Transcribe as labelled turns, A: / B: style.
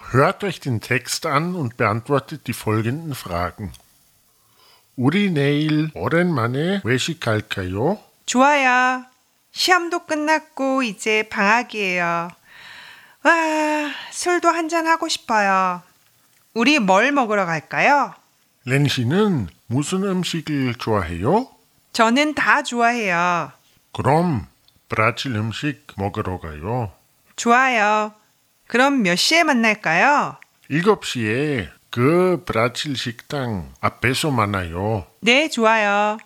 A: Hört euch den Text an und beantwortet die folgenden Fragen. 우리 내일 오랜만에 외식할까요?
B: 좋아요. 시험도 끝났고 이제 방학이에요. 와, 술도 한잔 하고 싶어요. 우리 뭘 먹으러 갈까요?
A: 렌 씨는 무슨 음식을 좋아해요?
B: 저는 다 좋아해요.
A: 그럼 브라질 음식 먹으러 가요.
B: 좋아요. 그럼 몇 시에 만날까요?
A: 7시에 그 브라질 식당 앞에서 만나요.
B: 네, 좋아요.